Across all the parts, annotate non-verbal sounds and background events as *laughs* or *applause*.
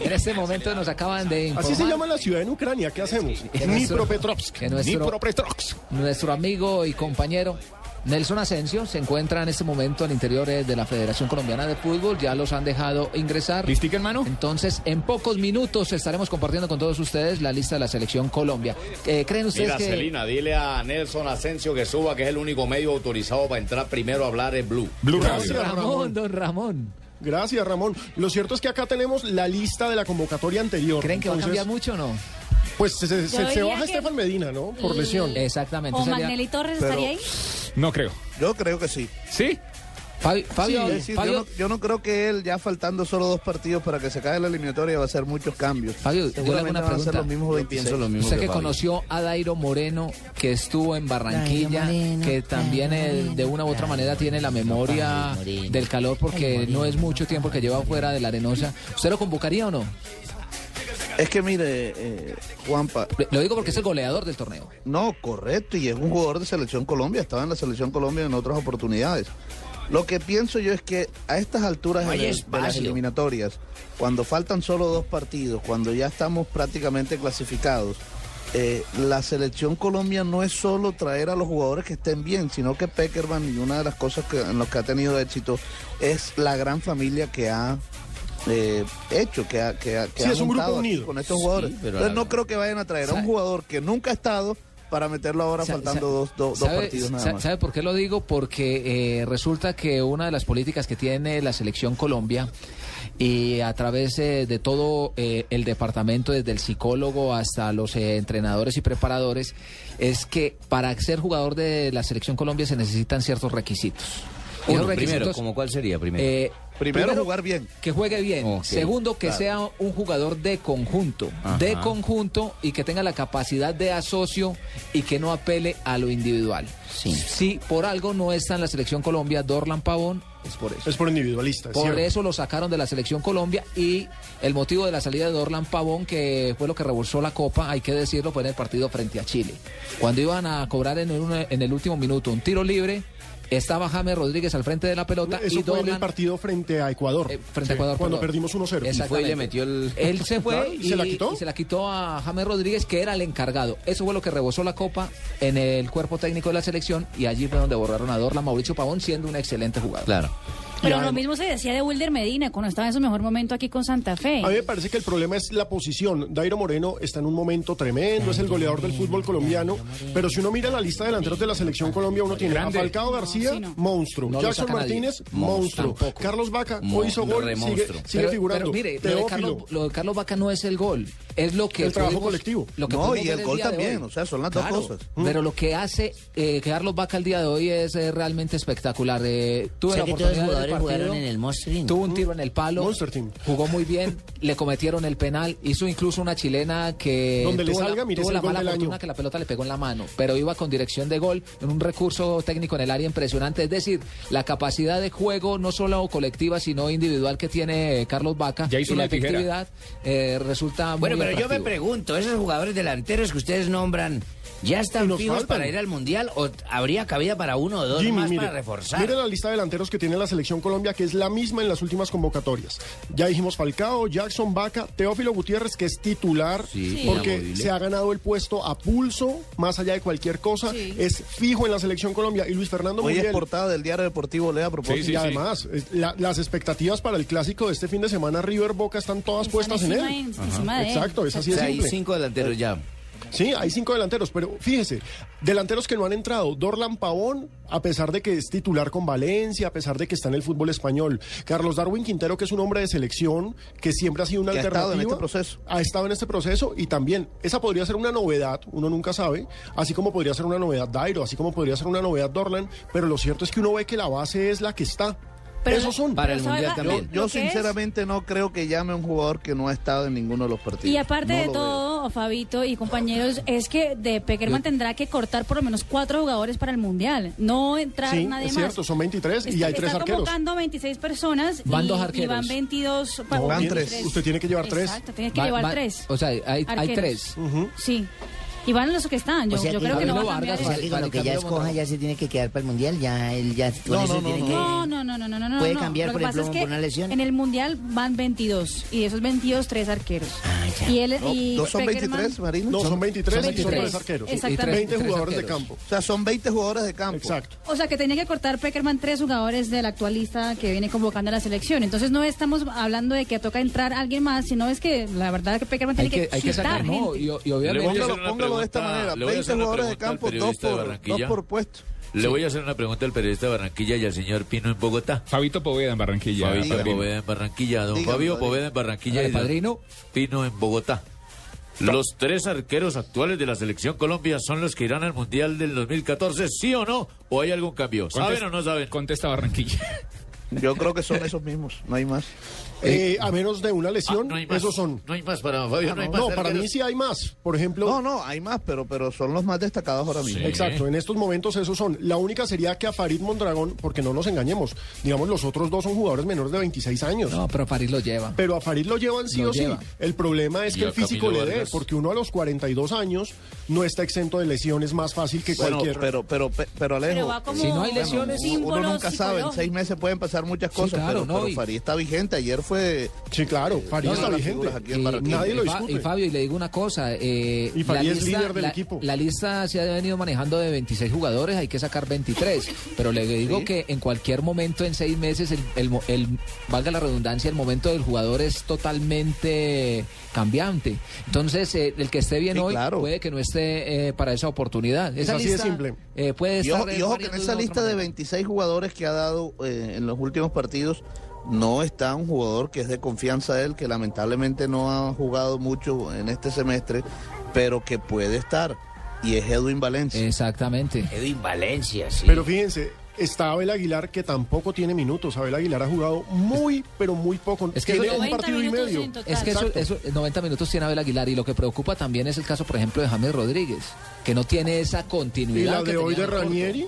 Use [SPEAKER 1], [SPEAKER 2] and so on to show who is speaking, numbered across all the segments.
[SPEAKER 1] En este momento nos acaban de informar
[SPEAKER 2] Así se llama la ciudad en Ucrania. ¿Qué hacemos?
[SPEAKER 1] Que nuestro-
[SPEAKER 2] Dnipropetrovsk.
[SPEAKER 1] que nuestro-
[SPEAKER 2] Dnipropetrovsk.
[SPEAKER 1] nuestro amigo y compañero Nelson Asensio. Se encuentra en este momento al interior eh, de la Federación Colombiana de Fútbol. Ya los han dejado ingresar.
[SPEAKER 3] ¿Listica, hermano?
[SPEAKER 1] Entonces, en pocos minutos estaremos compartiendo con todos ustedes la lista de la selección Colombia. Eh, ¿Creen ustedes
[SPEAKER 4] Mira,
[SPEAKER 1] que
[SPEAKER 4] Celina, dile a Nelson Asensio que suba, que es el único medio autorizado para entrar primero a hablar en Blue.
[SPEAKER 2] Blue
[SPEAKER 1] Don
[SPEAKER 2] Radio.
[SPEAKER 1] Ramón, don Ramón,
[SPEAKER 2] Gracias, Ramón. Lo cierto es que acá tenemos la lista de la convocatoria anterior.
[SPEAKER 1] creen que va a
[SPEAKER 2] Entonces,
[SPEAKER 1] cambiar mucho o no?
[SPEAKER 2] Pues se, se- se-
[SPEAKER 5] Yo
[SPEAKER 2] se
[SPEAKER 5] diría
[SPEAKER 2] baja
[SPEAKER 5] que-
[SPEAKER 2] Estefan Medina, ¿no? Por lesión.
[SPEAKER 5] Y-
[SPEAKER 1] Exactamente,
[SPEAKER 5] ¿O
[SPEAKER 1] sería-
[SPEAKER 5] Magnelli Torres
[SPEAKER 6] Pero-
[SPEAKER 5] estaría ahí?
[SPEAKER 3] No creo.
[SPEAKER 6] Yo creo que sí.
[SPEAKER 3] ¿Sí?
[SPEAKER 1] Fabi- Fabio,
[SPEAKER 6] Es decir,
[SPEAKER 1] Fabio,
[SPEAKER 6] yo, no, yo no creo que él, ya faltando solo dos partidos para que se caiga la eliminatoria, va a hacer muchos cambios.
[SPEAKER 1] Fabio, yo le hago
[SPEAKER 6] Seguramente
[SPEAKER 1] una
[SPEAKER 6] van a ser
[SPEAKER 1] pregunta.
[SPEAKER 6] los mismos 26.
[SPEAKER 4] lo
[SPEAKER 1] Usted que conoció a Dairo Moreno, que estuvo en Barranquilla,
[SPEAKER 7] Dairo Moreno,
[SPEAKER 1] que también
[SPEAKER 7] Dairo
[SPEAKER 1] eh,
[SPEAKER 7] Moreno,
[SPEAKER 1] de una u otra
[SPEAKER 7] Dairo
[SPEAKER 1] manera tiene la memoria
[SPEAKER 7] Dairo Moreno,
[SPEAKER 1] del calor porque
[SPEAKER 7] Dairo Moreno,
[SPEAKER 1] no es mucho tiempo que lleva fuera de la arenosa. ¿Usted lo convocaría o no?
[SPEAKER 6] Es que mire, eh, Juanpa,
[SPEAKER 1] Le- Lo digo porque es el goleador del torneo.
[SPEAKER 6] no, correcto, y es un jugador de Selección Colombia, estaba en la Selección Colombia en otras oportunidades. Lo que pienso yo es que a estas alturas
[SPEAKER 7] No hay
[SPEAKER 6] en el- de las
[SPEAKER 7] espacio.
[SPEAKER 6] eliminatorias, cuando faltan solo dos partidos, cuando ya estamos prácticamente clasificados, eh, la selección Colombia no es solo traer a los jugadores que estén bien, sino que Peckerman, y una de las cosas que, en las que ha tenido éxito, es la gran familia que ha eh, hecho, que ha, que ha- que
[SPEAKER 2] Sí,
[SPEAKER 6] ha
[SPEAKER 2] es un grupo
[SPEAKER 6] montado aquí
[SPEAKER 2] unido.
[SPEAKER 6] con estos jugadores.
[SPEAKER 4] pero
[SPEAKER 6] Entonces
[SPEAKER 4] la-
[SPEAKER 6] no creo que vayan a traer a
[SPEAKER 1] Sa-
[SPEAKER 6] un jugador que nunca ha estado para meterlo ahora
[SPEAKER 1] Sa-
[SPEAKER 6] faltando
[SPEAKER 1] sa-
[SPEAKER 6] dos, dos- dos
[SPEAKER 1] ¿sabe-
[SPEAKER 6] partidos
[SPEAKER 1] sa-
[SPEAKER 6] nada más.
[SPEAKER 1] ¿Sabe por qué lo digo? Porque eh, resulta que una de las políticas que tiene la selección Colombia y a través eh, de todo eh, el departamento, desde el psicólogo hasta los eh, entrenadores y preparadores, es que para ser jugador de la selección Colombia se necesitan ciertos requisitos. Y esos requisitos,
[SPEAKER 4] cuál sería
[SPEAKER 1] eh,
[SPEAKER 6] Primero, jugar bien.
[SPEAKER 1] que juegue bien.
[SPEAKER 4] Ok,
[SPEAKER 1] Segundo, que sea un jugador de conjunto.
[SPEAKER 4] Ajá.
[SPEAKER 1] De conjunto y que tenga la capacidad de asocio y que no apele a lo individual.
[SPEAKER 7] Sí.
[SPEAKER 1] Si por algo no está en la selección Colombia, Dorlan Pavón, es por eso.
[SPEAKER 2] Es por individualista. es
[SPEAKER 1] Por
[SPEAKER 2] cierto.
[SPEAKER 1] eso lo sacaron de la selección Colombia y el motivo de la salida de Dorlan Pavón, que fue lo que rebolsó la copa, hay que decirlo, fue en el partido frente a Chile. Cuando iban a cobrar en, un- en el último minuto un tiro libre, estaba James Rodríguez al frente de la pelota
[SPEAKER 2] Eso
[SPEAKER 1] y
[SPEAKER 2] fue en el
[SPEAKER 1] Dorlan
[SPEAKER 2] partido frente a Ecuador.
[SPEAKER 1] eh, frente
[SPEAKER 2] Sí,
[SPEAKER 1] a Ecuador.
[SPEAKER 2] Cuando
[SPEAKER 1] perdón.
[SPEAKER 2] perdimos 1-0.
[SPEAKER 1] Exactamente.
[SPEAKER 4] fue y le metió el-
[SPEAKER 1] Él se
[SPEAKER 2] Claro,
[SPEAKER 1] fue
[SPEAKER 2] ¿y
[SPEAKER 1] y,
[SPEAKER 2] se la quitó?
[SPEAKER 1] y se la quitó a James Rodríguez, que era el encargado. Eso fue lo que rebosó la copa en el cuerpo técnico de la selección y allí fue donde borraron a Dorla Mauricio Pavón, siendo un excelente jugador.
[SPEAKER 4] Claro.
[SPEAKER 5] Pero
[SPEAKER 2] además-
[SPEAKER 5] lo mismo se decía de Wilder Medina cuando estaba en su mejor momento aquí con Santa Fe.
[SPEAKER 2] A mí me parece que el problema es la posición. Dairo Moreno está en un momento tremendo, es el goleador del fútbol colombiano, pero si uno mira la lista de delanteros de la selección Colombia, uno tiene a
[SPEAKER 3] Grande.
[SPEAKER 2] Falcao García,
[SPEAKER 5] Sí, no.
[SPEAKER 2] monstruo,
[SPEAKER 1] No lo
[SPEAKER 2] Jackson
[SPEAKER 1] saca nadie.
[SPEAKER 2] Martínez,
[SPEAKER 4] Monstruo,
[SPEAKER 2] monstruo,
[SPEAKER 4] tampoco.
[SPEAKER 2] Carlos Vaca,
[SPEAKER 4] Mo-
[SPEAKER 2] hoy hizo gol,
[SPEAKER 4] re
[SPEAKER 2] sigue,
[SPEAKER 4] monstruo.
[SPEAKER 2] sigue figurando.
[SPEAKER 1] mire, lo de,
[SPEAKER 2] Teófilo,
[SPEAKER 1] Carlos, lo de Carlos Vaca no es el gol, es lo que
[SPEAKER 2] El trabajo
[SPEAKER 1] pudimos-
[SPEAKER 2] colectivo. Mm.
[SPEAKER 1] Lo que
[SPEAKER 6] No,
[SPEAKER 1] pudimos
[SPEAKER 6] y
[SPEAKER 1] ver
[SPEAKER 6] el gol
[SPEAKER 1] día de
[SPEAKER 6] también,
[SPEAKER 1] hoy.
[SPEAKER 6] o sea, son las dos
[SPEAKER 1] Claro,
[SPEAKER 6] cosas.
[SPEAKER 1] Pero lo que hace eh, Carlos Vaca el día de hoy es eh, realmente espectacular. Eh, tuve
[SPEAKER 7] O sea
[SPEAKER 1] la
[SPEAKER 7] que todos
[SPEAKER 1] oportunidad
[SPEAKER 7] los
[SPEAKER 1] de ver el
[SPEAKER 7] jugadores jugaron
[SPEAKER 1] partido.
[SPEAKER 7] en el Monstering.
[SPEAKER 1] Tuvo un tiro en el palo.
[SPEAKER 2] Monster Team.
[SPEAKER 1] Jugó muy bien. le cometieron el penal. Hizo incluso una chilena que.
[SPEAKER 2] Donde le
[SPEAKER 1] tuvo la-
[SPEAKER 2] salga, mire,
[SPEAKER 1] tuvo
[SPEAKER 2] es el
[SPEAKER 1] la
[SPEAKER 2] gol
[SPEAKER 1] mala
[SPEAKER 2] del
[SPEAKER 1] fortuna
[SPEAKER 2] año.
[SPEAKER 1] que la pelota le pegó en la mano. Pero iba con dirección de gol. En un recurso técnico en el área impresionante. Es decir, la capacidad de juego, no solo colectiva, sino individual que tiene eh, Carlos Vaca.
[SPEAKER 3] Ya hizo
[SPEAKER 1] y la
[SPEAKER 3] una tijera.
[SPEAKER 1] efectividad eh, resulta muy
[SPEAKER 7] Bueno, pero yo me
[SPEAKER 1] atractivo.
[SPEAKER 7] pregunto, esos jugadores delanteros que ustedes nombran, ¿ya
[SPEAKER 2] Y
[SPEAKER 7] están
[SPEAKER 2] nos
[SPEAKER 7] fijos
[SPEAKER 2] faltan.
[SPEAKER 7] para ir al Mundial o t- habría cabida para uno o dos
[SPEAKER 2] Jimmy,
[SPEAKER 7] más
[SPEAKER 2] mire,
[SPEAKER 7] para reforzar?
[SPEAKER 2] mire la lista de delanteros que tiene la selección Colombia, que es la misma en las últimas convocatorias. Ya dijimos Falcao, Jackson Vaca, Teófilo Gutiérrez, que es titular,
[SPEAKER 4] Sí,
[SPEAKER 2] porque
[SPEAKER 4] inamovible.
[SPEAKER 2] se ha ganado el puesto a pulso, más allá de cualquier cosa,
[SPEAKER 5] Sí.
[SPEAKER 2] es fijo en la selección Colombia. Y Luis Fernando
[SPEAKER 6] Hoy es
[SPEAKER 2] Muriel,
[SPEAKER 6] portada del diario deportivo Lea a propósito.
[SPEAKER 3] Sí, sí, sí.
[SPEAKER 2] y además, es- la- las expectativas para el clásico de este fin de semana, River Boca, están todas
[SPEAKER 5] Están
[SPEAKER 2] puestas en
[SPEAKER 5] encima
[SPEAKER 2] él.
[SPEAKER 5] en- encima de él.
[SPEAKER 2] Exacto, es así
[SPEAKER 4] O
[SPEAKER 2] de
[SPEAKER 4] sea, hay
[SPEAKER 2] simple.
[SPEAKER 4] cinco delanteros ya.
[SPEAKER 2] Sí, hay cinco delanteros, pero fíjese, delanteros que no han entrado. Dorlan Pavón, a pesar de que es titular con Valencia, a pesar de que está en el fútbol español. Carlos Darwin Quintero, que es un hombre de selección, que siempre ha sido una
[SPEAKER 6] Que ha
[SPEAKER 2] alternativa.
[SPEAKER 6] estado en este proceso.
[SPEAKER 2] Ha estado en este proceso y también esa podría ser una novedad, uno nunca sabe, así como podría ser una novedad Dairo, así como podría ser una novedad Dorlan, pero lo cierto es que uno ve que la base es la que está.
[SPEAKER 5] Pero
[SPEAKER 2] Esos son.
[SPEAKER 4] Para el
[SPEAKER 5] pero
[SPEAKER 4] Mundial
[SPEAKER 5] sabe-
[SPEAKER 4] también.
[SPEAKER 5] lo
[SPEAKER 6] Yo
[SPEAKER 5] que es-
[SPEAKER 6] sinceramente no creo que llame a un jugador que no ha estado en ninguno de los partidos.
[SPEAKER 5] Y aparte
[SPEAKER 6] No
[SPEAKER 5] de
[SPEAKER 6] lo
[SPEAKER 5] todo, Fabito y compañeros, es que de Peckerman tendrá que cortar por lo menos cuatro jugadores para el Mundial. No entrar
[SPEAKER 2] Sí,
[SPEAKER 5] nadie
[SPEAKER 2] es
[SPEAKER 5] más.
[SPEAKER 2] cierto, son 23 y
[SPEAKER 5] Está-
[SPEAKER 2] hay tres
[SPEAKER 5] están
[SPEAKER 2] arqueros.
[SPEAKER 5] convocando 26 personas
[SPEAKER 1] Van
[SPEAKER 5] y,
[SPEAKER 1] dos
[SPEAKER 5] y
[SPEAKER 1] arqueros.
[SPEAKER 5] van 22. pa-
[SPEAKER 2] No,
[SPEAKER 6] Van
[SPEAKER 2] tiene-
[SPEAKER 6] tres.
[SPEAKER 2] Usted tiene que llevar tres.
[SPEAKER 5] Exacto, tiene que
[SPEAKER 1] Va-
[SPEAKER 5] llevar
[SPEAKER 1] va-
[SPEAKER 5] tres.
[SPEAKER 1] O sea, hay, hay
[SPEAKER 5] Arqueros.
[SPEAKER 1] tres.
[SPEAKER 2] Ujú.
[SPEAKER 5] Sí. Y van los que están. Yo,
[SPEAKER 3] O sea,
[SPEAKER 5] yo creo
[SPEAKER 3] que
[SPEAKER 5] que no va
[SPEAKER 1] Gabriel
[SPEAKER 5] a cambiar
[SPEAKER 1] Vargas,
[SPEAKER 3] O sea, que
[SPEAKER 5] eso.
[SPEAKER 3] con lo que ya
[SPEAKER 1] Cambio
[SPEAKER 3] escoja
[SPEAKER 1] Mondragón.
[SPEAKER 3] ya se tiene que quedar para el mundial, ya él ya con
[SPEAKER 6] No,
[SPEAKER 3] eso
[SPEAKER 6] no, no,
[SPEAKER 3] tiene
[SPEAKER 6] no.
[SPEAKER 3] que...
[SPEAKER 5] No, no, no, no, no, no, no.
[SPEAKER 3] Puede
[SPEAKER 5] no.
[SPEAKER 3] cambiar,
[SPEAKER 5] Lo
[SPEAKER 3] por
[SPEAKER 5] que
[SPEAKER 3] ejemplo,
[SPEAKER 5] pasa
[SPEAKER 3] por una lesión.
[SPEAKER 5] En el mundial van 22 y de esos 22 tres arqueros.
[SPEAKER 3] Ah, ya.
[SPEAKER 5] Y él y
[SPEAKER 6] ¿No son
[SPEAKER 5] Peckerman-
[SPEAKER 6] 23, Marina?
[SPEAKER 2] No, son 23, y
[SPEAKER 5] son
[SPEAKER 2] son
[SPEAKER 5] 23.
[SPEAKER 2] tres arqueros.
[SPEAKER 5] Exacto.
[SPEAKER 1] Y- y tres-
[SPEAKER 2] 20
[SPEAKER 1] tres
[SPEAKER 2] jugadores de
[SPEAKER 1] arqueros.
[SPEAKER 2] campo.
[SPEAKER 6] O sea, son 20 jugadores de campo.
[SPEAKER 2] Exacto.
[SPEAKER 5] O sea, que tenía que cortar Peckerman tres jugadores de la actualista que viene convocando a la selección. Entonces no estamos hablando de que toca entrar alguien más, sino es que la verdad que Peckerman
[SPEAKER 1] Hay
[SPEAKER 5] tiene
[SPEAKER 1] que,
[SPEAKER 5] que,
[SPEAKER 1] hay que
[SPEAKER 5] quitar
[SPEAKER 1] sacar, no,
[SPEAKER 5] gente.
[SPEAKER 1] y, y obviamente...
[SPEAKER 8] voy a hacer
[SPEAKER 6] Póngalo,
[SPEAKER 8] una
[SPEAKER 6] póngalo de esta
[SPEAKER 8] pregunta-
[SPEAKER 6] manera.
[SPEAKER 8] le voy a
[SPEAKER 6] 20
[SPEAKER 8] hacer una
[SPEAKER 6] jugadores de
[SPEAKER 8] pregunta al
[SPEAKER 6] campo, dos
[SPEAKER 8] periodista de
[SPEAKER 6] por, dos
[SPEAKER 8] Barranquilla.
[SPEAKER 6] por puesto.
[SPEAKER 8] Le voy a hacer una pregunta al periodista de Barranquilla y al señor Pino en Bogotá.
[SPEAKER 9] Fabito Poveda en Barranquilla.
[SPEAKER 8] Fabio
[SPEAKER 9] Padrino.
[SPEAKER 8] Poveda en Barranquilla, don
[SPEAKER 6] Dígame,
[SPEAKER 8] Fabio
[SPEAKER 6] padrino.
[SPEAKER 8] Poveda en Barranquilla y
[SPEAKER 1] Dale,
[SPEAKER 8] don
[SPEAKER 1] padrino.
[SPEAKER 8] Pino en Bogotá. ¿Los tres arqueros actuales de la selección Colombia son los que irán al Mundial del 2014, sí o no? ¿O hay algún cambio? ¿Saben
[SPEAKER 9] Contesta-
[SPEAKER 8] o no saben?
[SPEAKER 9] Contesta Barranquilla. *laughs*
[SPEAKER 6] Yo creo que son esos mismos, no hay más.
[SPEAKER 2] Eh, a menos de una
[SPEAKER 8] Ah,
[SPEAKER 2] lesión,
[SPEAKER 8] no hay más.
[SPEAKER 2] esos son. Ah,
[SPEAKER 8] No hay más para Fabio, no, hay más
[SPEAKER 2] No, para
[SPEAKER 8] arqueros.
[SPEAKER 2] mí sí hay más. Por ejemplo,
[SPEAKER 6] No, no, hay más, pero, pero son los más destacados ahora mismo.
[SPEAKER 8] Sí.
[SPEAKER 2] Exacto, en estos momentos esos son. La única sería que a Farid Mondragón, porque no nos engañemos, digamos los otros dos son jugadores menores de 26 años.
[SPEAKER 1] No, pero París lo lleva.
[SPEAKER 2] Pero a Farid lo llevan sí
[SPEAKER 1] Lo
[SPEAKER 2] o
[SPEAKER 1] lleva.
[SPEAKER 2] sí. El problema es
[SPEAKER 8] Y
[SPEAKER 2] que
[SPEAKER 8] a
[SPEAKER 2] el físico
[SPEAKER 8] Camilo
[SPEAKER 2] le dé,
[SPEAKER 8] Vargas.
[SPEAKER 2] porque uno a los 42 años no está exento de lesiones más fácil que
[SPEAKER 6] Bueno,
[SPEAKER 2] cualquier.
[SPEAKER 6] pero, pero, pe- pero Alejo.
[SPEAKER 5] Pero va como
[SPEAKER 1] Si no hay lesiones,
[SPEAKER 6] uno- uno,
[SPEAKER 5] símbolo
[SPEAKER 6] nunca sabe, en
[SPEAKER 5] psicológico.
[SPEAKER 6] seis meses pueden pasar muchas
[SPEAKER 1] Sí,
[SPEAKER 6] cosas,
[SPEAKER 1] claro,
[SPEAKER 6] pero,
[SPEAKER 1] no,
[SPEAKER 6] pero
[SPEAKER 1] y-
[SPEAKER 6] Farid está vigente. Ayer fue
[SPEAKER 2] sí, claro, Farid
[SPEAKER 1] no,
[SPEAKER 2] está
[SPEAKER 1] y-
[SPEAKER 2] vigente.
[SPEAKER 6] aquí en Barranquilla.
[SPEAKER 2] Nadie lo
[SPEAKER 1] y, Fa- y
[SPEAKER 2] discute.
[SPEAKER 1] Fabio, y le digo una cosa. eh,
[SPEAKER 2] Y Farid es líder del
[SPEAKER 1] la,
[SPEAKER 2] equipo.
[SPEAKER 1] La lista se ha venido manejando de 26 jugadores, hay que sacar 23. Pero le digo que en cualquier momento, en seis meses, el, el mo- el- valga la redundancia, el momento del jugador es totalmente cambiante. Entonces, eh, el que esté bien
[SPEAKER 6] Sí,
[SPEAKER 1] hoy
[SPEAKER 6] claro.
[SPEAKER 1] puede que no esté eh, para esa oportunidad. Esa
[SPEAKER 2] así de
[SPEAKER 1] lista,
[SPEAKER 2] simple.
[SPEAKER 1] eh, puede
[SPEAKER 6] Y
[SPEAKER 1] estar
[SPEAKER 6] ojo, y
[SPEAKER 1] eh,
[SPEAKER 6] ojo que en
[SPEAKER 1] variando una
[SPEAKER 6] esa
[SPEAKER 1] u otra
[SPEAKER 6] lista de
[SPEAKER 1] manera.
[SPEAKER 6] 26 jugadores que ha dado eh, en los últimos partidos, no está un jugador que es de confianza de él, que lamentablemente no ha jugado mucho en este semestre, pero que puede estar, y es Edwin
[SPEAKER 7] Eh,
[SPEAKER 6] Valencia.
[SPEAKER 1] Exactamente.
[SPEAKER 7] Edwin Valencia, sí.
[SPEAKER 2] Pero fíjense, está Abel Aguilar que tampoco tiene minutos. Abel Aguilar ha jugado muy, pero muy poco.
[SPEAKER 1] Es que
[SPEAKER 2] tiene
[SPEAKER 1] eso-
[SPEAKER 2] un
[SPEAKER 5] 90
[SPEAKER 2] partido y
[SPEAKER 5] minutos
[SPEAKER 2] medio.
[SPEAKER 5] en total.
[SPEAKER 1] Es que eso,
[SPEAKER 2] Exacto.
[SPEAKER 1] eso, 90 minutos tiene Abel Aguilar y lo que preocupa también es el caso, por ejemplo, de James Rodríguez, que no tiene esa continuidad.
[SPEAKER 2] Y la
[SPEAKER 1] que
[SPEAKER 2] de hoy
[SPEAKER 1] tenía
[SPEAKER 2] de
[SPEAKER 1] en Oporto.
[SPEAKER 2] Ranieri,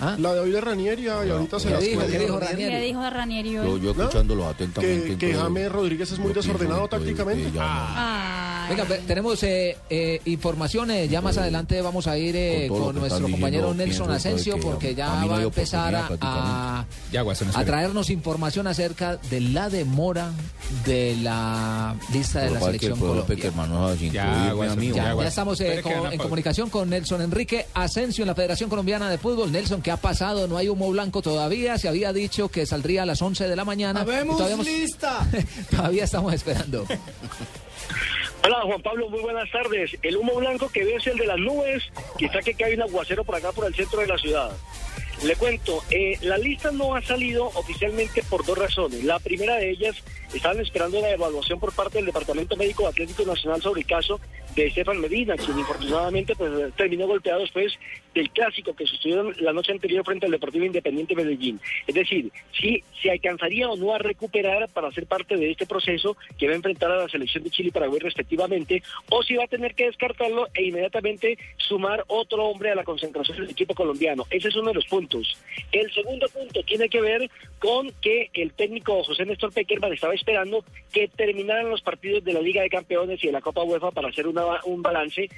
[SPEAKER 1] ¿Ah?
[SPEAKER 2] la de hoy de Ranieri, ay, ahorita se
[SPEAKER 1] ¿Qué
[SPEAKER 2] las
[SPEAKER 1] dijo?
[SPEAKER 2] cuelgo.
[SPEAKER 1] ¿Qué dijo
[SPEAKER 5] ¿Qué
[SPEAKER 1] Ranieri?
[SPEAKER 5] dijo Ranieri hoy?
[SPEAKER 10] Yo, yo
[SPEAKER 2] ¿No?
[SPEAKER 10] escuchándolo
[SPEAKER 2] Que,
[SPEAKER 10] atentamente.
[SPEAKER 2] que
[SPEAKER 10] entonces,
[SPEAKER 2] James Rodríguez es muy
[SPEAKER 10] yo pienso
[SPEAKER 2] desordenado
[SPEAKER 10] que- que-
[SPEAKER 2] tácticamente.
[SPEAKER 10] que ya no.
[SPEAKER 8] Ah,
[SPEAKER 5] Ay.
[SPEAKER 1] Venga, ve- tenemos eh, eh, informaciones. Ya más adelante vamos a ir eh,
[SPEAKER 10] Con
[SPEAKER 1] con,
[SPEAKER 10] todo lo que
[SPEAKER 1] nuestro
[SPEAKER 10] están
[SPEAKER 1] compañero
[SPEAKER 10] diciendo,
[SPEAKER 1] Nelson
[SPEAKER 10] pienso,
[SPEAKER 1] Asensio,
[SPEAKER 10] que
[SPEAKER 1] porque
[SPEAKER 10] a- a
[SPEAKER 1] ya
[SPEAKER 10] mí no
[SPEAKER 1] va a
[SPEAKER 10] hay
[SPEAKER 1] empezar a,
[SPEAKER 10] oportunidad
[SPEAKER 1] a-
[SPEAKER 9] Ya, Guasón,
[SPEAKER 1] a
[SPEAKER 9] espere.
[SPEAKER 1] traernos información acerca de la demora de la lista de
[SPEAKER 10] Lo
[SPEAKER 1] la
[SPEAKER 10] cual que
[SPEAKER 1] selección
[SPEAKER 10] puedo
[SPEAKER 1] Colombia.
[SPEAKER 10] Peckerman, no es incluirme
[SPEAKER 9] Ya,
[SPEAKER 10] a
[SPEAKER 9] Guasón,
[SPEAKER 10] mí,
[SPEAKER 9] ya,
[SPEAKER 10] hombre.
[SPEAKER 1] Ya, ya
[SPEAKER 9] Guasón.
[SPEAKER 1] estamos eh,
[SPEAKER 9] Espere que
[SPEAKER 1] con-
[SPEAKER 9] gana
[SPEAKER 1] en
[SPEAKER 9] Pablo.
[SPEAKER 1] comunicación con Nelson Enrique Asensio en la Federación Colombiana de Fútbol. Nelson, ¿qué ha pasado? No hay humo blanco todavía. Se había dicho que saldría a las 11 de la mañana. Y todavía, hemos-
[SPEAKER 7] lista!
[SPEAKER 1] *laughs* todavía estamos esperando.
[SPEAKER 11] Hola Juan Pablo, muy buenas tardes. El humo blanco que ves, el de las nubes, quizá que cae un aguacero por acá, por el centro de la ciudad. Le cuento, eh, la lista no ha salido oficialmente por dos razones. La primera de ellas, estaban esperando la evaluación por parte del Departamento Médico Atlético Nacional sobre el caso de Estefan Medina, quien infortunadamente pues, terminó golpeado después del clásico que sucedió la noche anterior frente al Deportivo Independiente Medellín. Es decir, si se alcanzaría o no a recuperar para ser parte de este proceso que va a enfrentar a la selección de Chile y Paraguay respectivamente, o si va a tener que descartarlo e inmediatamente sumar otro hombre a la concentración del equipo colombiano. Ese es uno de los puntos. El segundo punto tiene que ver con que el técnico José Néstor Peckerman estaba esperando que terminaran los partidos de la Liga de Campeones y de la Copa UEFA para hacer una ba- un balance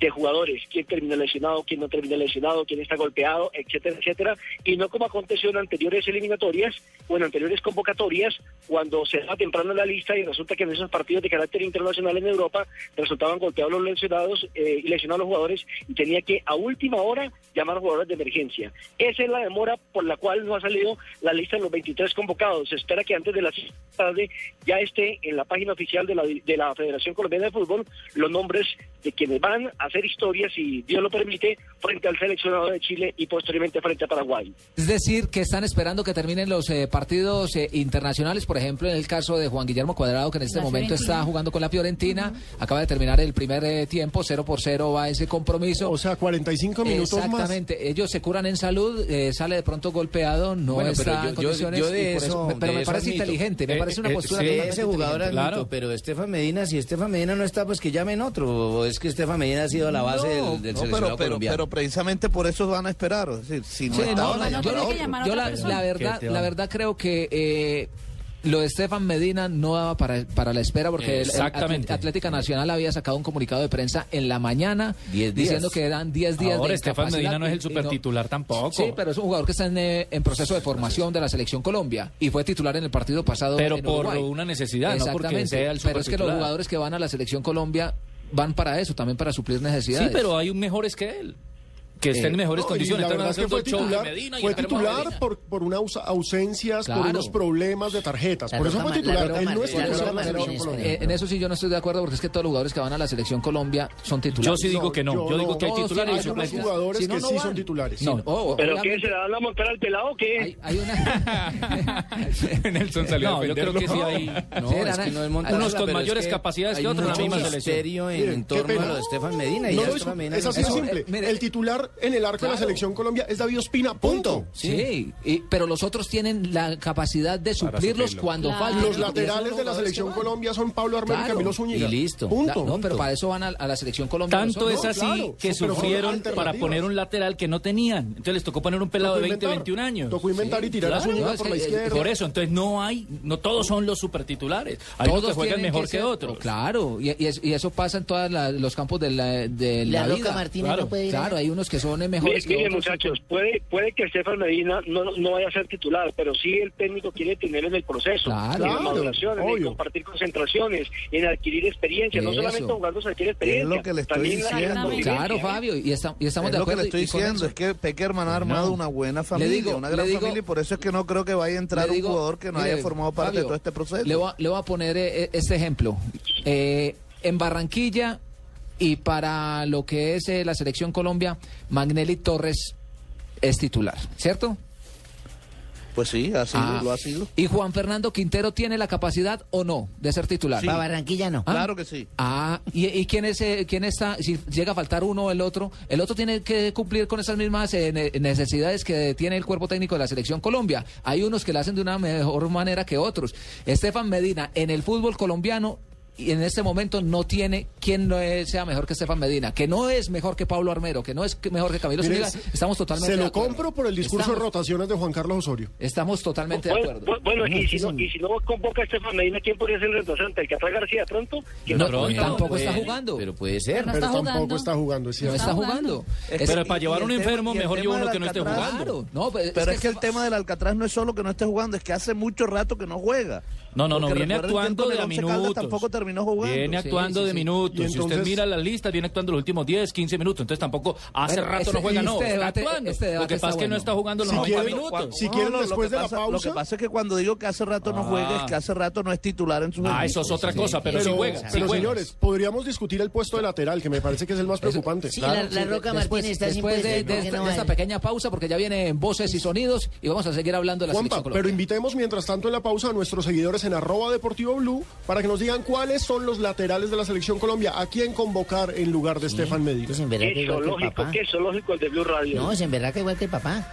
[SPEAKER 11] de jugadores, quién terminó lesionado, quién no terminó lesionado, quién está golpeado, etcétera, etcétera, y no como aconteció en anteriores eliminatorias o en anteriores convocatorias, cuando se da temprano la lista y resulta que en esos partidos de carácter internacional en Europa resultaban golpeados los lesionados eh, y lesionados los jugadores y tenía que a última hora llamar a los jugadores de emergencia. Esa es la demora por la cual no ha salido la lista de los 23 convocados. Se espera que antes de las 6 de la tarde ya esté en la página oficial de la, de la Federación Colombiana de Fútbol los nombres de quienes van a hacer historias, si Dios lo permite, frente al seleccionador de Chile y posteriormente frente a Paraguay.
[SPEAKER 1] Es decir, que están esperando que terminen los eh, partidos eh, internacionales, por ejemplo, en el caso de Juan Guillermo Cuadrado, que en este
[SPEAKER 5] La
[SPEAKER 1] momento está
[SPEAKER 5] Fiorentina.
[SPEAKER 1] jugando con la Fiorentina, acaba de terminar el primer eh, tiempo, 0 por 0 va ese compromiso.
[SPEAKER 2] O sea, 45 minutos más.
[SPEAKER 1] Exactamente, ellos se curan en salud, eh, sale de pronto golpeado, no
[SPEAKER 7] Bueno, pero
[SPEAKER 1] está
[SPEAKER 7] yo-
[SPEAKER 1] en
[SPEAKER 7] yo-
[SPEAKER 1] condiciones.
[SPEAKER 7] yo de
[SPEAKER 1] y por
[SPEAKER 7] eso-
[SPEAKER 1] me- pero
[SPEAKER 7] de
[SPEAKER 1] me
[SPEAKER 7] eso
[SPEAKER 1] parece
[SPEAKER 7] admito.
[SPEAKER 1] inteligente, me
[SPEAKER 7] Eh,
[SPEAKER 1] parece una
[SPEAKER 7] eh,
[SPEAKER 1] postura.
[SPEAKER 7] sí,
[SPEAKER 1] totalmente
[SPEAKER 7] ese jugador admito,
[SPEAKER 1] inteligente.
[SPEAKER 7] pero Estefan Medina, si Estefan Medina no está, pues que llamen otro. O es que Estefan Medina ha sido la base
[SPEAKER 1] No,
[SPEAKER 7] del, del
[SPEAKER 6] No,
[SPEAKER 7] seleccionado
[SPEAKER 6] pero, pero,
[SPEAKER 7] colombiano.
[SPEAKER 6] pero precisamente por eso van a esperar. Es decir, si no
[SPEAKER 1] Sí,
[SPEAKER 6] está
[SPEAKER 1] no,
[SPEAKER 6] van a
[SPEAKER 1] no, yo
[SPEAKER 5] no,
[SPEAKER 6] llamar a
[SPEAKER 5] tiene
[SPEAKER 1] no-
[SPEAKER 5] que
[SPEAKER 6] otro.
[SPEAKER 5] llamar a
[SPEAKER 1] yo
[SPEAKER 5] otra
[SPEAKER 1] la,
[SPEAKER 5] persona.
[SPEAKER 1] la verdad, la verdad creo que eh, Lo de Estefan Medina no daba para, para la espera porque el- el
[SPEAKER 10] Exactamente.
[SPEAKER 1] Atl- Atlética Nacional había sacado un comunicado de prensa en la mañana
[SPEAKER 10] Diez días.
[SPEAKER 1] diciendo que eran 10 días
[SPEAKER 10] Ahora
[SPEAKER 1] de
[SPEAKER 10] Estefan
[SPEAKER 1] incapacidad
[SPEAKER 10] Medina no es
[SPEAKER 1] y-
[SPEAKER 10] el
[SPEAKER 1] y no-
[SPEAKER 10] supertitular tampoco.
[SPEAKER 1] Sí, pero es un jugador que está en, eh, en proceso de formación de la selección Colombia y fue titular en el partido pasado.
[SPEAKER 10] Pero
[SPEAKER 1] en
[SPEAKER 10] por
[SPEAKER 1] Uruguay.
[SPEAKER 10] una necesidad, no porque
[SPEAKER 1] Exactamente.
[SPEAKER 10] sea el
[SPEAKER 1] Pero es que los
[SPEAKER 10] supertitular.
[SPEAKER 1] jugadores que van a la selección Colombia van para eso, también para suplir
[SPEAKER 10] Sí,
[SPEAKER 1] necesidades.
[SPEAKER 10] pero hay un mejores que él. Que está
[SPEAKER 1] Eh,
[SPEAKER 10] en mejores
[SPEAKER 1] no, y
[SPEAKER 10] condiciones.
[SPEAKER 2] la
[SPEAKER 10] Están
[SPEAKER 2] verdad es que
[SPEAKER 10] haciendo
[SPEAKER 2] fue
[SPEAKER 10] el show de
[SPEAKER 2] titular,
[SPEAKER 10] Medina y
[SPEAKER 2] fue
[SPEAKER 10] entremos a
[SPEAKER 2] titular
[SPEAKER 10] Medina.
[SPEAKER 2] por, por unas aus- ausencias,
[SPEAKER 1] Claro.
[SPEAKER 2] por unos problemas de tarjetas.
[SPEAKER 1] La
[SPEAKER 2] por eso
[SPEAKER 1] roja
[SPEAKER 2] fue
[SPEAKER 1] ma- la
[SPEAKER 2] titular.
[SPEAKER 1] roja
[SPEAKER 2] Él no
[SPEAKER 1] ma-
[SPEAKER 2] es
[SPEAKER 1] la
[SPEAKER 2] titular
[SPEAKER 1] roja
[SPEAKER 2] de la selección
[SPEAKER 1] Martínez,
[SPEAKER 2] colombiana.
[SPEAKER 1] eh, En eso sí yo no estoy de acuerdo porque es que todos los jugadores que van a la selección Colombia son titulares.
[SPEAKER 10] Yo sí digo que no. Yo digo que hay
[SPEAKER 1] Todos
[SPEAKER 10] titulares
[SPEAKER 1] tienen
[SPEAKER 10] y
[SPEAKER 1] algunos
[SPEAKER 10] suplentes.
[SPEAKER 1] jugadores
[SPEAKER 10] Si no, no van.
[SPEAKER 1] No, oh,
[SPEAKER 11] ¿Pero
[SPEAKER 1] obviamente-
[SPEAKER 11] qué? ¿Se le dan la montar al pelado o qué? Hay,
[SPEAKER 9] *laughs*
[SPEAKER 10] *laughs*
[SPEAKER 9] Nelson salió a
[SPEAKER 10] No, yo creo
[SPEAKER 9] defenderlo.
[SPEAKER 10] que sí
[SPEAKER 9] *laughs*
[SPEAKER 10] hay.
[SPEAKER 7] No, es que no es montar,
[SPEAKER 10] Unos con
[SPEAKER 7] pero es
[SPEAKER 10] mayores
[SPEAKER 7] que
[SPEAKER 10] capacidades
[SPEAKER 7] hay
[SPEAKER 10] que otros en la
[SPEAKER 7] mucho
[SPEAKER 10] misma
[SPEAKER 7] misterio
[SPEAKER 10] selección.
[SPEAKER 7] en Miren, torno qué pena. a lo de Estefan Medina y
[SPEAKER 2] No
[SPEAKER 7] ya
[SPEAKER 2] lo
[SPEAKER 7] Estefan
[SPEAKER 2] hizo.
[SPEAKER 7] Medina
[SPEAKER 2] es
[SPEAKER 7] no
[SPEAKER 2] así de
[SPEAKER 7] hizo.
[SPEAKER 2] simple.
[SPEAKER 7] Eh, mire,
[SPEAKER 2] el titular en el arco de la
[SPEAKER 1] Claro.
[SPEAKER 2] selección Colombia es David Ospina. Punto.
[SPEAKER 1] Sí, y- pero los otros tienen la capacidad de suplirlos
[SPEAKER 2] suplirlo.
[SPEAKER 1] cuando
[SPEAKER 2] Claro.
[SPEAKER 1] faltan.
[SPEAKER 2] Los
[SPEAKER 1] Y
[SPEAKER 2] laterales
[SPEAKER 1] esos
[SPEAKER 2] de la
[SPEAKER 1] jugadores
[SPEAKER 2] selección
[SPEAKER 1] que van.
[SPEAKER 2] Colombia son Pablo Armero y Camilo Zúñiga.
[SPEAKER 1] Y listo.
[SPEAKER 2] Punto.
[SPEAKER 1] No, pero para eso van a, a la selección Colombia.
[SPEAKER 10] Tanto
[SPEAKER 1] nosotros.
[SPEAKER 10] es así que
[SPEAKER 2] pero son
[SPEAKER 10] sufrieron para
[SPEAKER 2] alternativas.
[SPEAKER 10] poner un lateral que no tenían. Entonces les tocó poner un pelado
[SPEAKER 2] Tocó
[SPEAKER 10] de 20,
[SPEAKER 2] inventar.
[SPEAKER 10] 21 años.
[SPEAKER 2] Tocó inventar y tirar a Zúñiga
[SPEAKER 10] No, es
[SPEAKER 2] por
[SPEAKER 10] que-
[SPEAKER 2] la
[SPEAKER 10] es-
[SPEAKER 2] izquierda.
[SPEAKER 10] Por eso, entonces no hay, no todos son los supertitulares. Hay
[SPEAKER 1] Todos
[SPEAKER 10] unos que juegan
[SPEAKER 1] tienen
[SPEAKER 10] mejor que,
[SPEAKER 1] ser-
[SPEAKER 10] otros.
[SPEAKER 1] Claro, y, y es- y eso pasa en todos los campos de la, de
[SPEAKER 11] La
[SPEAKER 1] la,
[SPEAKER 11] Roca
[SPEAKER 1] vida.
[SPEAKER 11] Martínez
[SPEAKER 1] claro,
[SPEAKER 11] no puede ir
[SPEAKER 1] claro,
[SPEAKER 11] allá.
[SPEAKER 1] hay unos que son eh,
[SPEAKER 11] Mire,
[SPEAKER 1] mejores que
[SPEAKER 11] mire,
[SPEAKER 1] otros.
[SPEAKER 11] muchachos, puede, puede que Estefan Medina no, no vaya a ser titular, pero sí el técnico quiere tener en el proceso,
[SPEAKER 1] Claro.
[SPEAKER 11] en
[SPEAKER 1] Claro,
[SPEAKER 11] maduraciones, en
[SPEAKER 1] obvio.
[SPEAKER 11] compartir concentraciones, en adquirir experiencia, no
[SPEAKER 1] Eso.
[SPEAKER 11] solamente jugando se adquiere experiencia,
[SPEAKER 6] Es lo que le estoy
[SPEAKER 11] también la- la
[SPEAKER 6] diciendo.
[SPEAKER 11] convivencia,
[SPEAKER 1] Claro,
[SPEAKER 11] ¿eh?
[SPEAKER 1] Fabio, y, esta- y estamos
[SPEAKER 6] es
[SPEAKER 1] de
[SPEAKER 6] lo que
[SPEAKER 1] acuerdo.
[SPEAKER 6] le estoy
[SPEAKER 1] y con
[SPEAKER 6] diciendo,
[SPEAKER 1] eso.
[SPEAKER 6] es que Peckerman ha armado una buena familia,
[SPEAKER 1] digo-
[SPEAKER 6] una
[SPEAKER 1] le
[SPEAKER 6] gran
[SPEAKER 1] digo-
[SPEAKER 6] familia, y por eso es que no creo que vaya a entrar
[SPEAKER 1] Le digo-
[SPEAKER 6] un jugador que no
[SPEAKER 1] mire,
[SPEAKER 6] haya formado parte
[SPEAKER 1] Fabio,
[SPEAKER 6] de todo este proceso.
[SPEAKER 1] Le voy a, le voy a poner eh, este ejemplo. Eh, en Barranquilla y para lo que es eh, la selección Colombia, Magnelli Torres es titular, ¿cierto?
[SPEAKER 6] Pues sí, ha sido,
[SPEAKER 1] Ah.
[SPEAKER 6] lo ha sido.
[SPEAKER 1] ¿Y Juan Fernando Quintero tiene la capacidad o no de ser titular?
[SPEAKER 6] Sí. Para Barranquilla no. Claro que sí.
[SPEAKER 1] Ah, ¿y, y quién, es, eh, quién está? Si llega a faltar uno o el otro, el otro tiene que cumplir con esas mismas eh, ne- necesidades que tiene el cuerpo técnico de la selección Colombia. Hay unos que la hacen de una mejor manera que otros. Estefan Medina, en el fútbol colombiano, y en este momento no tiene quien no es- sea mejor que Estefan Medina, que no es mejor que Pablo Armero, que no es que- mejor que Camilo
[SPEAKER 2] Mire,
[SPEAKER 1] Zúñiga. Estamos totalmente
[SPEAKER 2] Se
[SPEAKER 1] de
[SPEAKER 2] lo
[SPEAKER 1] acuerdo.
[SPEAKER 2] compro por el discurso de
[SPEAKER 1] Estamos-
[SPEAKER 2] rotaciones de Juan Carlos Osorio.
[SPEAKER 1] Estamos totalmente de
[SPEAKER 11] Bueno,
[SPEAKER 1] acuerdo.
[SPEAKER 11] bu- Pues, bueno, y, si no, y si no convoca a Estefan Medina, ¿quién podría ser el reemplazante? ¿El que atrae García pronto? ¿Quién
[SPEAKER 1] No,
[SPEAKER 11] lo-
[SPEAKER 1] no, tampoco
[SPEAKER 10] pues,
[SPEAKER 1] está
[SPEAKER 7] puede-
[SPEAKER 1] jugando.
[SPEAKER 7] Pero puede ser.
[SPEAKER 5] Ah, No
[SPEAKER 2] Pero
[SPEAKER 5] está
[SPEAKER 2] tampoco
[SPEAKER 5] jugando.
[SPEAKER 2] está jugando, es
[SPEAKER 1] No
[SPEAKER 2] cierto.
[SPEAKER 1] está
[SPEAKER 5] jugando.
[SPEAKER 1] jugando.
[SPEAKER 6] Es
[SPEAKER 1] Es-
[SPEAKER 10] Pero para llevar
[SPEAKER 6] y
[SPEAKER 10] un
[SPEAKER 6] el tema-
[SPEAKER 10] enfermo,
[SPEAKER 6] y el
[SPEAKER 10] mejor lleva
[SPEAKER 6] tema
[SPEAKER 10] uno
[SPEAKER 6] del
[SPEAKER 10] que no esté
[SPEAKER 6] Alcatraz-
[SPEAKER 10] jugando.
[SPEAKER 1] No, pues,
[SPEAKER 6] Pero es que el
[SPEAKER 1] fa-
[SPEAKER 6] tema del Alcatraz no es solo que no esté jugando, es que hace mucho rato que no juega.
[SPEAKER 10] No, no, no,
[SPEAKER 6] Porque
[SPEAKER 10] viene
[SPEAKER 6] recuerden que
[SPEAKER 10] actuando
[SPEAKER 6] con el
[SPEAKER 10] de a
[SPEAKER 6] Once Caldas
[SPEAKER 10] minutos.
[SPEAKER 6] tampoco terminó jugando.
[SPEAKER 10] Viene
[SPEAKER 1] Sí,
[SPEAKER 10] actuando
[SPEAKER 1] sí,
[SPEAKER 10] de
[SPEAKER 1] sí.
[SPEAKER 10] minutos.
[SPEAKER 2] Y
[SPEAKER 10] Si usted
[SPEAKER 2] entonces-
[SPEAKER 10] mira la lista, viene actuando los últimos 10, 15 minutos. Entonces tampoco hace
[SPEAKER 1] Bueno,
[SPEAKER 10] rato
[SPEAKER 1] este-
[SPEAKER 10] no juega, no.
[SPEAKER 1] este
[SPEAKER 10] está
[SPEAKER 1] debate-
[SPEAKER 10] actuando.
[SPEAKER 1] este debate
[SPEAKER 10] Lo que
[SPEAKER 1] está
[SPEAKER 10] pasa es que
[SPEAKER 1] bueno.
[SPEAKER 10] no está jugando los
[SPEAKER 2] Si
[SPEAKER 10] 90
[SPEAKER 2] quieren-
[SPEAKER 10] minutos.
[SPEAKER 2] si quieren,
[SPEAKER 6] lo que
[SPEAKER 2] después de la
[SPEAKER 6] pasa- Lo
[SPEAKER 2] pausa-
[SPEAKER 6] que pasa es que cuando digo que hace rato no
[SPEAKER 10] Ah.
[SPEAKER 6] juega, es que hace rato no es titular en su
[SPEAKER 10] Ah, eso es otra cosa, pero, si juega. sí
[SPEAKER 2] pero,
[SPEAKER 10] juega.
[SPEAKER 2] señores, podríamos discutir el puesto de lateral, que me parece que es el más preocupante.
[SPEAKER 3] Sí, la, la Roca
[SPEAKER 1] Después,
[SPEAKER 3] Martínez está sin
[SPEAKER 1] después de,
[SPEAKER 3] puesto,
[SPEAKER 1] de
[SPEAKER 3] ¿por qué
[SPEAKER 1] esta,
[SPEAKER 3] no
[SPEAKER 1] de
[SPEAKER 3] vale?
[SPEAKER 1] esta pequeña pausa, porque ya vienen voces y sonidos, y vamos a seguir hablando de la
[SPEAKER 2] Juanpa,
[SPEAKER 1] selección
[SPEAKER 2] pero
[SPEAKER 1] colombiana.
[SPEAKER 2] invitemos mientras tanto en la pausa a nuestros seguidores en arroba deportivo blue para que nos digan cuáles son los laterales de la selección Colombia, a quién convocar en lugar de Estefan Medina.
[SPEAKER 3] Pues en verdad que
[SPEAKER 11] Qué
[SPEAKER 3] igual que el pues
[SPEAKER 11] zoológico,
[SPEAKER 3] papá.
[SPEAKER 11] qué zoológico el de Blue Radio.
[SPEAKER 3] No, es en verdad que igual que el papá.